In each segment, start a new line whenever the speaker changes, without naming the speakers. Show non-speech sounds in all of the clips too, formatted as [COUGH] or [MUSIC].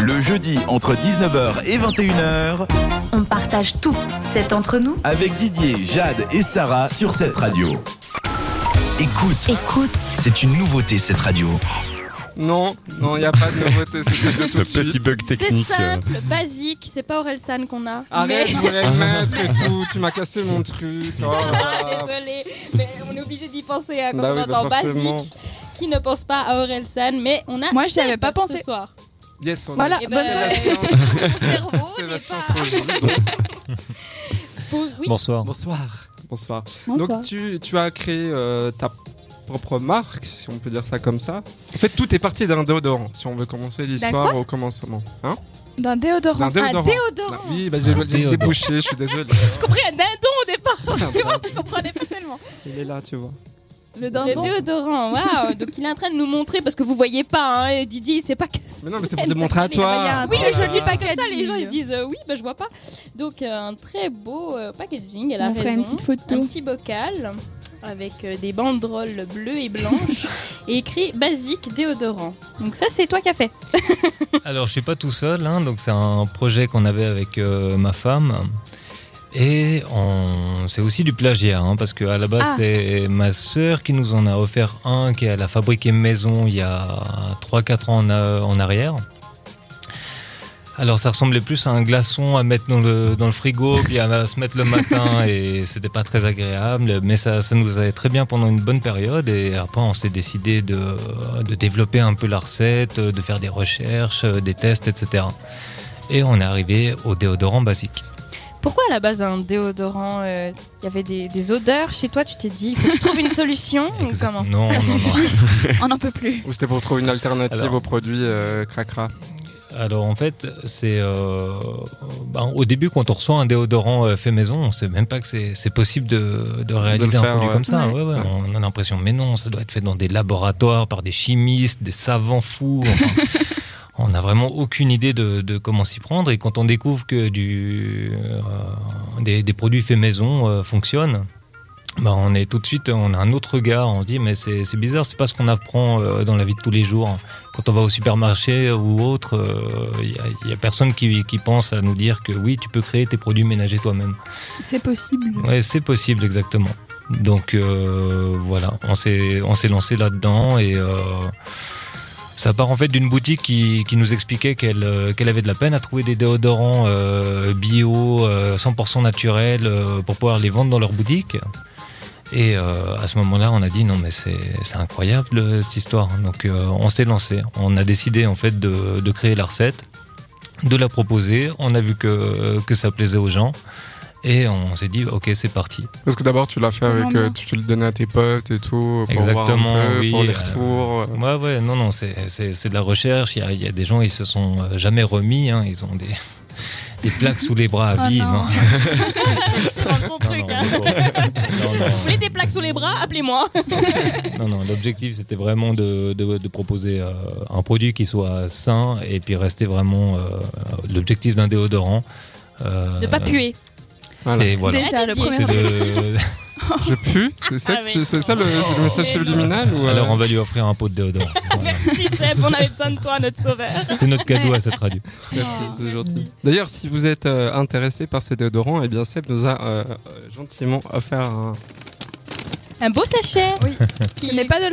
Le jeudi, entre 19h et 21h,
On partage tout. C'est entre nous.
avec Didier, Jade et Sarah sur cette radio. Écoute,
Écoute.
c'est une nouveauté cette radio.
Non, non, il n'y a pas de nouveauté, c'était de tout de
Petit
suite.
bug
C'est
technique. euh,
simple, basique, c'est pas Aurel San qu'on a.
[LAUGHS] Arrête,
Mais-
je voulais le mettre et tout, tu m'as cassé mon truc. oh là
Ah,
là.
Désolée, mais on est obligé d'y penser hein, quand
Bah
on
oui, bah
entend
forcément.
basique. Qui ne pense pas à Aurel San, mais on a.
Moi, j'y avais
Shape
pas pensé.
Ce
[LAUGHS]
soir.
Yes, on
Voilà,
a
Eh
bonne
ben,
soirée.
mon cerveau n'est
Sébastien
pas-
[LAUGHS]
Sauzy, donc,
Pour- oui,
Bonsoir.
Bonsoir. Bonsoir.
Bonsoir.
Donc tu, tu as créé euh, ta propre marque, si on peut dire ça comme ça. En fait, tout est parti d'un déodorant, si on veut commencer l'histoire au commencement. Hein
D'un
d'un
déodorant.
un
déodorant.
déodorant.
oui, bah, j'ai
Un
j'ai
déodorant.
débouché, je suis désolé.
Je comprenais un dindon
[LAUGHS]
au départ. tu vois,
bah.
je comprenais pas tellement.
Il est là, tu vois.
Le
Le
dindon.
déodorant, waouh. Donc il est en train de nous montrer parce que vous voyez pas, hein, et Didier, il sait pas que c'est.
Mais non, mais c'est pour te montrer à toi.
il y a un
Oui, mais
Voilà.
ça dit pas comme ça, les
Packaging.
gens ils se disent euh, oui, bah je vois pas. Donc euh, un très beau euh, packaging, elle a
On ferait
raison.
une petite
Un
photo.
petit bocal avec euh, des banderoles bleues et [LAUGHS] blanches et écrit basique déodorant. Donc ça c'est toi qui as fait.
Alors, je suis pas tout seul, hein, donc c'est un projet qu'on avait avec euh, ma femme. Et on... c'est aussi du plagiat, hein, parce qu'à la base,
Ah.
c'est ma sœur qui nous en a offert un qu'elle a fabriqué maison il y a 3-4 ans en, euh, en arrière. Alors, ça ressemblait plus à un glaçon à mettre dans le, dans le frigo, puis à se mettre le matin, et c'était pas très agréable, mais ça, ça nous allait très bien pendant une bonne période, et après, on s'est décidé de, de développer un peu la recette, de faire des recherches, des tests, etc. Et on est arrivé au déodorant basique.
Pourquoi à la base un déodorant euh, Il y avait des, des odeurs chez toi, tu t'es dit il faut que je trouve une solution ou [LAUGHS] Mmh,
Exact-
comment
Non, non, non.
On n'en peut plus.
Ou c'était pour trouver une alternative
Alors.
aux produits euh, cracra.
Alors en fait, c'est euh, ben, au début quand on reçoit un déodorant euh, fait maison, on sait même pas que c'est c'est possible de, de réaliser un
faire,
produit
ouais.
comme ça.
Ouais.
Ouais, ouais, on a l'impression, mais non, ça doit être fait dans des laboratoires par des chimistes, des savants fous. enfin, on n'a vraiment aucune idée de, de comment s'y prendre. Et quand on découvre que du, euh, des, des produits faits maison euh, fonctionnent. ben, on est tout de suite, on a un autre regard, on se dit mais c'est c'est bizarre, c'est pas ce qu'on apprend euh, dans la vie de tous les jours quand on va au supermarché ou autre, il n'y a, personne qui, qui pense à nous dire que oui, tu peux créer tes produits ménagers toi-même.
C'est possible.
Ouais, c'est possible, exactement. Donc euh, voilà, on s'est on s'est lancé là-dedans et euh, ça part en fait d'une boutique qui, qui nous expliquait qu'elle euh, qu'elle avait de la peine à trouver des déodorants euh, bio, euh, 100% naturels euh, pour pouvoir les vendre dans leur boutique. Et euh, à ce moment-là, on a dit non mais c'est c'est incroyable euh, cette histoire. Donc euh, on s'est lancé, on a décidé en fait de, de créer la recette, de la proposer. On a vu que que ça plaisait aux gens et on s'est dit ok c'est parti.
Parce que d'abord, tu l'as fait avec.
Vraiment.
euh, tu, tu le donnais à tes potes et tout. Pour
Exactement,
voir un peu,
oui,
Pour les
euh,
retours.
Ouais, ouais, non, non, c'est- c'est c'est de la recherche. Il y a, il y a des gens, ils se sont euh, jamais remis. hein. ils ont des, [LAUGHS] des plaques sous les bras à
Oh
vie.
non.
[LAUGHS] non.
C'est vraiment son
Non,
truc.
non,
hein.
non, non.
Vous voulez des plaques sous les bras, appelez-moi.
Non, non, l'objectif, c'était vraiment de, de- de proposer euh, un produit qui soit sain et puis rester vraiment. euh, l'objectif d'un déodorant. euh,
Ne pas puer.
Voilà.
c'est- voilà.
Déjà, le
Didier.
premier
C'est de-
Je pue C'est ça,
Ah,
que tu-
mais
c'est ça le, le message
Mais
subliminal ou, euh,
[LAUGHS] Alors, on va lui offrir un pot de déodorant. Voilà.
Merci Seb, on avait besoin de toi, notre sauveur.
C'est notre cadeau à cette radio.
Ah,
Merci,
Oh,
c'est gentil. D'ailleurs, si vous êtes euh, intéressé par ce déodorant, eh bien Seb nous a euh, euh, gentiment offert un
Un beau sachet.
Oui.
Qui-
Ce n'est pas de
[LAUGHS]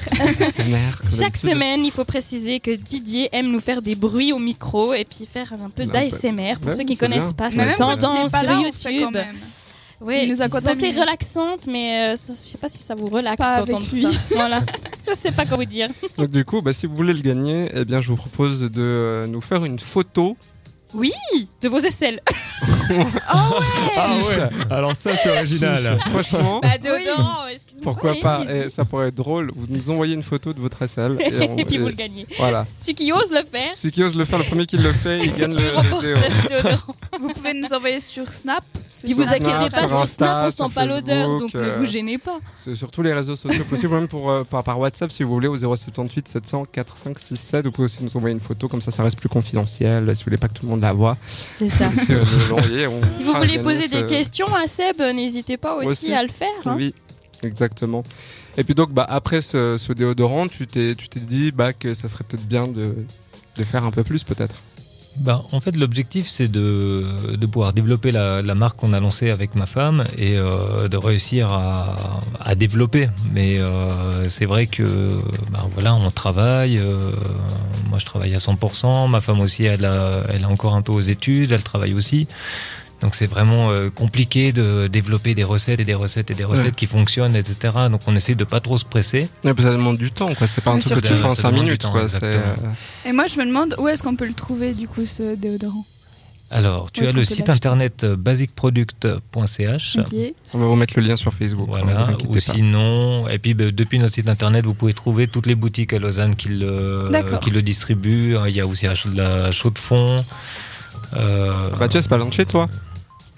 SMR. comme
[LAUGHS] Chaque
d'habitude.
semaine, il faut préciser que Didier aime nous faire des bruits au micro et puis faire un peu
Un peu.
d'ASMR pour
Ouais,
ceux
oui,
qui
c'est
connaissent
bien. Mais
pas cette
même quand il
tendance sur YouTube.
Il nous a
c'est
contaminé.
censé relaxante, mais euh, ça- je sais pas si ça vous relaxe
Pas avec
d'entendre
lui.
ça. [LAUGHS] Voilà, je sais pas quoi vous dire.
Donc du coup, bah, si vous voulez le gagner, eh bien je vous propose de euh, nous faire une photo.
De vos aisselles.
Ah ouais, alors ça c'est
[LAUGHS]
original.
Franchement,
[LAUGHS] Bah, déodorant, excuse-moi.
pourquoi
Oui,
pas
oui.
Eh, Ça pourrait être drôle. Vous nous envoyez une photo de votre SL.
[LAUGHS] Et,
on-
puis vous le gagnez.
Voilà.
Celui qui ose le faire,
Celui qui ose le faire, le premier qui le fait, il
[LAUGHS]
gagne [LAUGHS] le,
il remporte
le déo.
le déodorant.
Vous pouvez nous envoyer sur Snap. c'est
Puis vous
ça.
inquiétez pas,
sur
sur
Insta,
Snap, on
sur
sent pas l'odeur,
Facebook,
donc ne
euh,
vous gênez pas.
C'est sur tous les réseaux sociaux possibles, même pour, euh, par, par WhatsApp si vous voulez, au 078 700 4567. Vous pouvez aussi nous envoyer une photo, comme ça ça reste plus confidentiel. Si vous voulez pas que tout le monde la voit,
C'est ça.
si,
[LAUGHS]
euh, nous l'envoyer, on
Si vous
fera
voulez
gagner
poser
ce-
des questions à Seb, n'hésitez pas aussi,
Aussi.
à le faire. hein.
euh, Oui, exactement. Et puis donc, bah, après ce, ce déodorant, tu t'es, tu t'es dit bah, que ça serait peut-être bien de de faire un peu plus peut-être.
Bah, en fait, l'objectif, c'est de, de pouvoir développer la, la marque qu'on a lancée avec ma femme et euh, de réussir à, à développer. Mais euh, c'est vrai que bah, voilà, on travaille. euh, moi, je travaille à 100%. Ma femme aussi, elle a, elle a encore un peu aux études. Elle travaille aussi. Donc, c'est vraiment euh, compliqué de développer des recettes et des recettes et des recettes
Ouais.
qui fonctionnent, etc. Donc, on essaie de pas trop se presser.
Ouais, puis ça demande du temps, quoi. C'est pas un
Mais
truc que tu
surtout-
fais en 5
Ça demande du
minutes,
temps,
quoi. C'est, euh,
exactement.
Et moi, je me demande où est-ce qu'on peut le trouver, du coup, ce déodorant.
Alors,
Où
tu
est-ce
as
qu'on
le
peut
site
l'acheter
internet euh, basicproduct.ch.
Ok.
Oh.
On va vous mettre le lien sur Facebook. hein, vous
Voilà,
inquiétez
ou
pas.
sinon, et puis ben, depuis notre site internet, vous pouvez trouver toutes les boutiques à Lausanne qui le,
D'accord.
qui le distribuent. hein. Il y a aussi la Chaux- la Chaux de Fonds. Euh,
Ah Bah, tu vois, c'est pas loin de chez toi.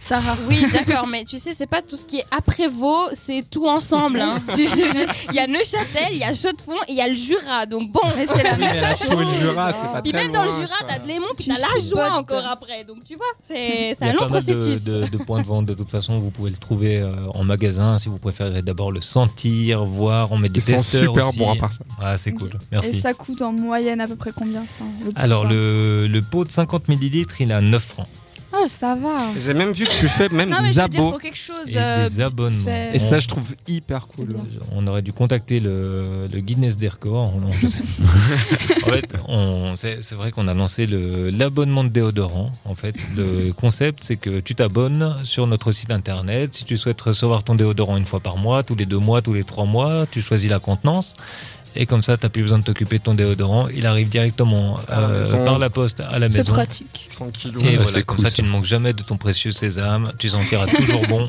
Sarah.
Oui, d'accord, mais tu sais, c'est pas tout ce qui est après Vaud, c'est tout ensemble.
[LAUGHS]
hein. Il y a Neuchâtel, il y a Chaux-de-Fonds et il y a le Jura. Donc bon,
Mais c'est la
Oui, mais la Chaux et le Jura,
Ah.
c'est pas
puis
très
même dans le
loin,
Jura,
quoi.
t'as de l'aimont, puis
Tu
t'as la joie
chipotes.
encore après. Donc tu vois, c'est c'est
il y
un
a
long
pas mal de-
processus.
De, de points de vente, de toute façon, vous pouvez le trouver euh, en magasin si vous préférez d'abord le sentir, voir, on met
Ils
des
sont
testeurs
super
aussi.
bons à part ça.
Ah, c'est cool,
Et
merci.
ça coûte en moyenne à peu près combien enfin, le
Alors,
pourcent
le, le pot de 50 millilitres, il a 9 francs.
Ah, ça va.
J'ai même vu que tu fais même
Non, mais
des
je veux dire,
abos.
pour quelque chose.
Et
euh,
des abonnements.
fait-
Et ça, je trouve hyper cool.
On aurait dû contacter le, le Guinness des records. on- on- je sais. en fait, on- c'est c'est vrai qu'on a lancé le- l'abonnement de déodorant. En fait, le concept, c'est que tu t'abonnes sur notre site internet. Si tu souhaites recevoir ton déodorant une fois par mois, tous les deux mois, tous les trois mois, tu choisis la contenance. Et comme ça, tu n'as plus besoin de t'occuper de ton déodorant. Il arrive directement
À la
euh,
maison.
par la poste à la
C'est
maison.
pratique.
Tranquille.
Et
Ah,
voilà,
c'est
comme
cool,
ça,
ça.
tu ne manques jamais de ton précieux sésame, tu sentiras toujours
[LAUGHS]
bon.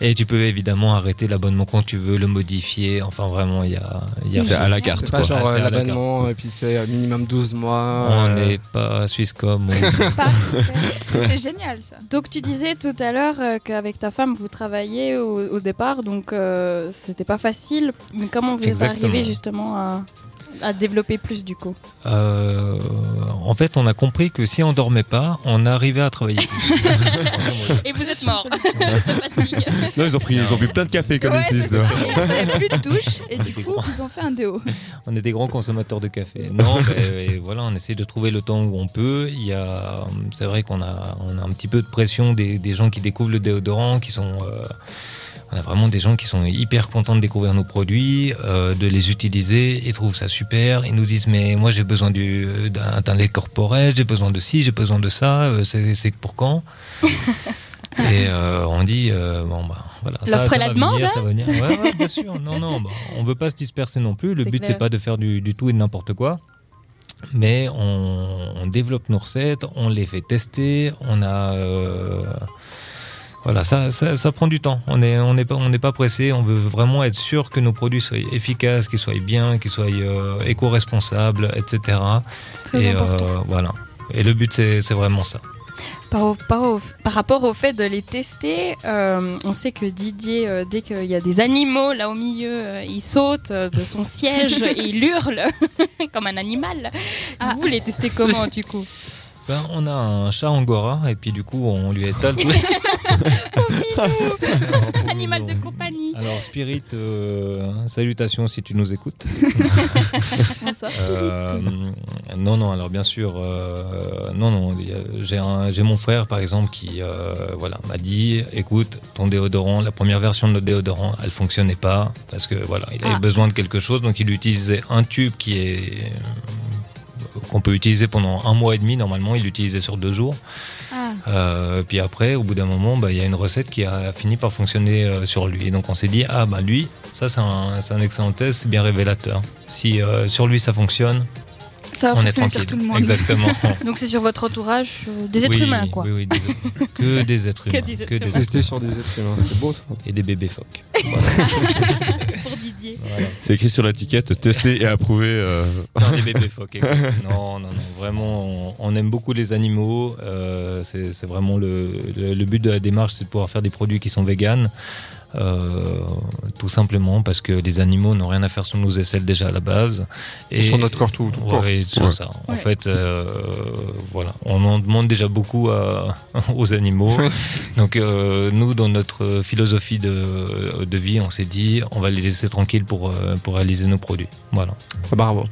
Et tu peux évidemment arrêter l'abonnement quand tu veux, le modifier. Enfin, vraiment, il y a. il y a-
C'est euh, à la carte,
C'est pas
quoi.
genre
Ah, c'est
euh,
à la
l'abonnement, et puis c'est euh, minimum 12 mois.
On
euh,
n'est pas Swisscom. ou-
Parfait. c'est génial, ça.
Donc tu disais tout à l'heure euh, qu'avec ta femme vous travailliez au, au départ, donc euh, c'était pas facile. Mais comment vous êtes
Exactement.
arrivé justement à, à développer plus du coup
Euh, en fait, on a compris que si on dormait pas, on arrivait à travailler.
Et vous êtes mort.
Non, ils ont pris, ils ont bu plein de café comme
Ouais,
ils disent. là.
Il n'y plus de douche et du
Des
coup,
grands.
ils ont fait un déo.
on est des grands consommateurs de café. Non, mais euh, voilà, on essaie de trouver le temps où on peut. Il y a, hum, c'est vrai qu'on a, on a un petit peu de pression des, des gens qui découvrent le déodorant, qui sont, euh, on a vraiment des gens qui sont hyper contents de découvrir nos produits, euh, de les utiliser, ils trouvent ça super. Ils nous disent mais moi j'ai besoin du, d'un, d'un lait corporel, j'ai besoin de ci, j'ai besoin de ça. euh, c'est, c'est pour quand Et euh, on dit euh, bon bah voilà. ça-
L'offre
ça
et la
va
demande,
venir, ça va venir. Ouais, ouais, bien sûr. Non non, bah, on veut pas se disperser non plus. Le
C'est
but
clair.
c'est pas de faire du, du tout et de n'importe quoi. Mais on, on développe nos recettes, on les fait tester, on a euh, voilà ça, ça, ça prend du temps. On est on n'est pas on n'est pas pressé. On veut vraiment être sûr que nos produits soient efficaces, qu'ils soient bien, qu'ils soient euh, éco-responsables, etc.
C'est très
et
important.
euh, voilà. Et le but c'est c'est vraiment ça.
par, au- par au- par rapport au fait de les tester, euh, on sait que Didier, euh, dès qu'il y a des animaux là au milieu, euh, il saute euh, de son
[LAUGHS]
siège et il hurle [LAUGHS] comme un animal.
Ah.
Vous les testez comment du coup
Ben, on a un chat angora et puis du coup on lui étale
[LAUGHS]
tout. [LAUGHS] Alors, pour
Oh, Animal de
nous,
compagnie.
Alors Spirit, euh, salutations si tu nous écoutes.
Bonsoir.
Euh, non, non, alors bien sûr, euh, non, non, il y a- j'ai un- j'ai mon frère par exemple qui euh, voilà, m'a dit écoute, ton déodorant, la première version de notre déodorant, elle fonctionnait pas parce que voilà, il avait
Ah.
besoin de quelque chose donc il utilisait un tube qui est. euh, qu'on peut utiliser pendant un mois et demi normalement, il l'utilisait sur deux jours.
Ah,
Euh, puis après, au bout d'un moment, bah, il y a une recette qui a fini par fonctionner euh, sur lui. Donc on s'est dit, ah bah lui, ça c'est un, c'est un excellent test, c'est bien révélateur. Si euh, sur lui ça fonctionne,
ça va
on est
fonctionner
tranquille.
sur tout le monde.
Exactement.
[LAUGHS] Donc c'est sur votre entourage, euh, des êtres
Oui,
humains quoi.
Oui, oui, des- que des
[LAUGHS]
êtres
Que
humains.
des êtres humains.
Tester sur des êtres humains. C'est beau ça.
Et des bébés phoques.
Pour Didier.
Voilà.
C'est écrit sur l'étiquette, testé et approuvé. euh,
Non, des bébés phoques. écoute. Non, non, non. Vraiment, on, on aime beaucoup les animaux. Euh, c'est c'est vraiment le, le- le but de la démarche, c'est de pouvoir faire des produits qui sont véganes. Euh, tout simplement parce que les animaux n'ont rien à faire sur nos aisselles déjà à la base. Et
Sur notre corps tout. tout court.
Ouais, sur
Ouais.
ça. En
Ouais.
fait, euh, voilà, on en demande déjà beaucoup à- [LAUGHS] aux animaux. Donc, euh, nous, dans notre philosophie de, de vie, on s'est dit, on va les laisser tranquilles pour, euh, pour réaliser nos produits. Voilà.
Ah, Bravo.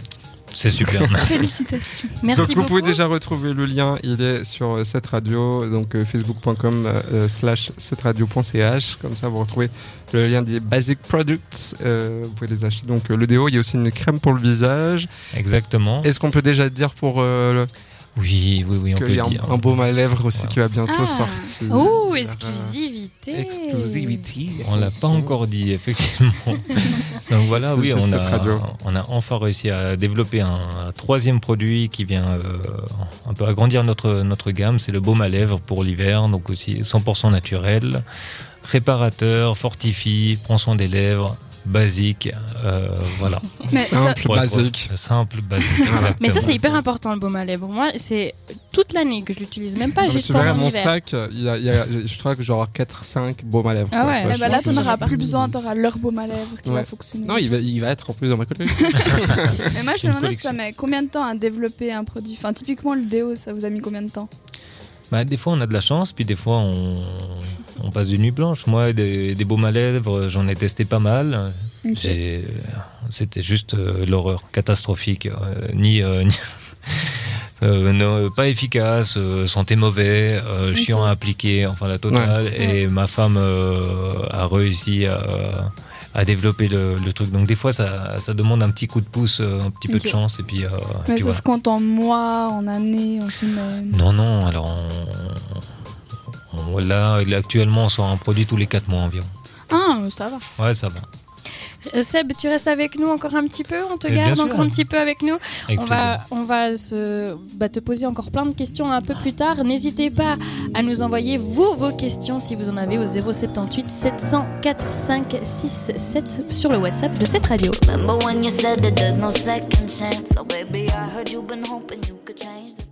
C'est super.
[LAUGHS]
Félicitations.
Merci
donc vous
beaucoup.
pouvez déjà retrouver le lien, il est sur euh, cette radio, donc euh, facebook.com euh, slash cetteradio.ch. Comme ça, vous retrouvez le lien des basic products. Euh, vous pouvez les acheter. Donc euh, le déo, il y a aussi une crème pour le visage.
Exactement.
Est-ce qu'on peut déjà dire pour euh,
Oui, oui, oui,
le-
on peut
qu'il y
le
a un,
dire.
un baume à lèvres aussi
Voilà.
qui va bientôt
Ah.
sortir
Ouh,
Euh,
exclusivité.
Exclusivity.
On l'a pas encore
[LAUGHS]
dit, effectivement. Donc voilà,
C'était
oui, on
cette
a,
radio.
on a enfin réussi à développer un, un troisième produit qui vient euh, un peu agrandir notre, notre gamme. C'est le baume à lèvres pour l'hiver, donc aussi 100% naturel. Réparateur, fortifie, prend soin des lèvres, basique, euh, voilà.
Mais ça,
Simple,
Pour être
basique.
Simple, basique,
Mais ça,
exactement.
c'est hyper important le baume à lèvres. Moi, c'est toute l'année que je l'utilise, même
Ah,
pas
Non, mais
juste
tu verras,
pendant
mon
l'hiver.
sac, euh, il y a- il y a- je crois que genre 4-5 baumes à lèvres.
Ah
quoi,
ouais,
tu vois,
eh
je
ben là,
pense que
t'en
j'en
auras
ai-
plus besoin, t'auras leur baume à lèvres qui
Ouais.
va fonctionner.
Non, il va, il va être en plus dans ma collection.
Mais moi, je me
Une
demandais, ça
collection.
met combien de temps à développer un produit Enfin, typiquement, le déo, ça vous a mis combien de temps
Bah, des fois, on a de la chance, puis des fois, on, on passe des nuits blanches. Moi, des, des baumes à lèvres, j'en ai testé pas mal.
Ok.
J'ai- C'était juste euh, l'horreur catastrophique. euh, ni. euh, [LAUGHS] ni- euh, non, euh, pas efficace, euh, sentait mauvais, euh, chiant à appliquer, enfin la totale. Et ma femme euh, a réussi à, à développer le, le truc. Donc des fois, ça, ça demande un petit coup de pouce, euh, un petit peu
Ok.
de chance. Et puis, euh, et
Mais
puis
ça
voilà.
se compte en mois, en années, en semaines.
Non, non, alors on- on- là, actuellement, on sort un produit tous les 4 mois environ.
Ah, ça va.
Ouais, ça va.
Euh, Seb, tu restes avec nous encore un petit peu On te
Mais bien
garde
sûr.
encore un petit peu avec nous
Avec
On
plaisir.
va, on va se, bah, te poser encore plein de questions un peu plus tard. N'hésitez pas à nous envoyer vous vos questions si vous en avez au 078 704 567 sur le WhatsApp de cette radio.
Oh, Remember when you said that there's no second chance? So baby, I heard you've been hoping you could change. the-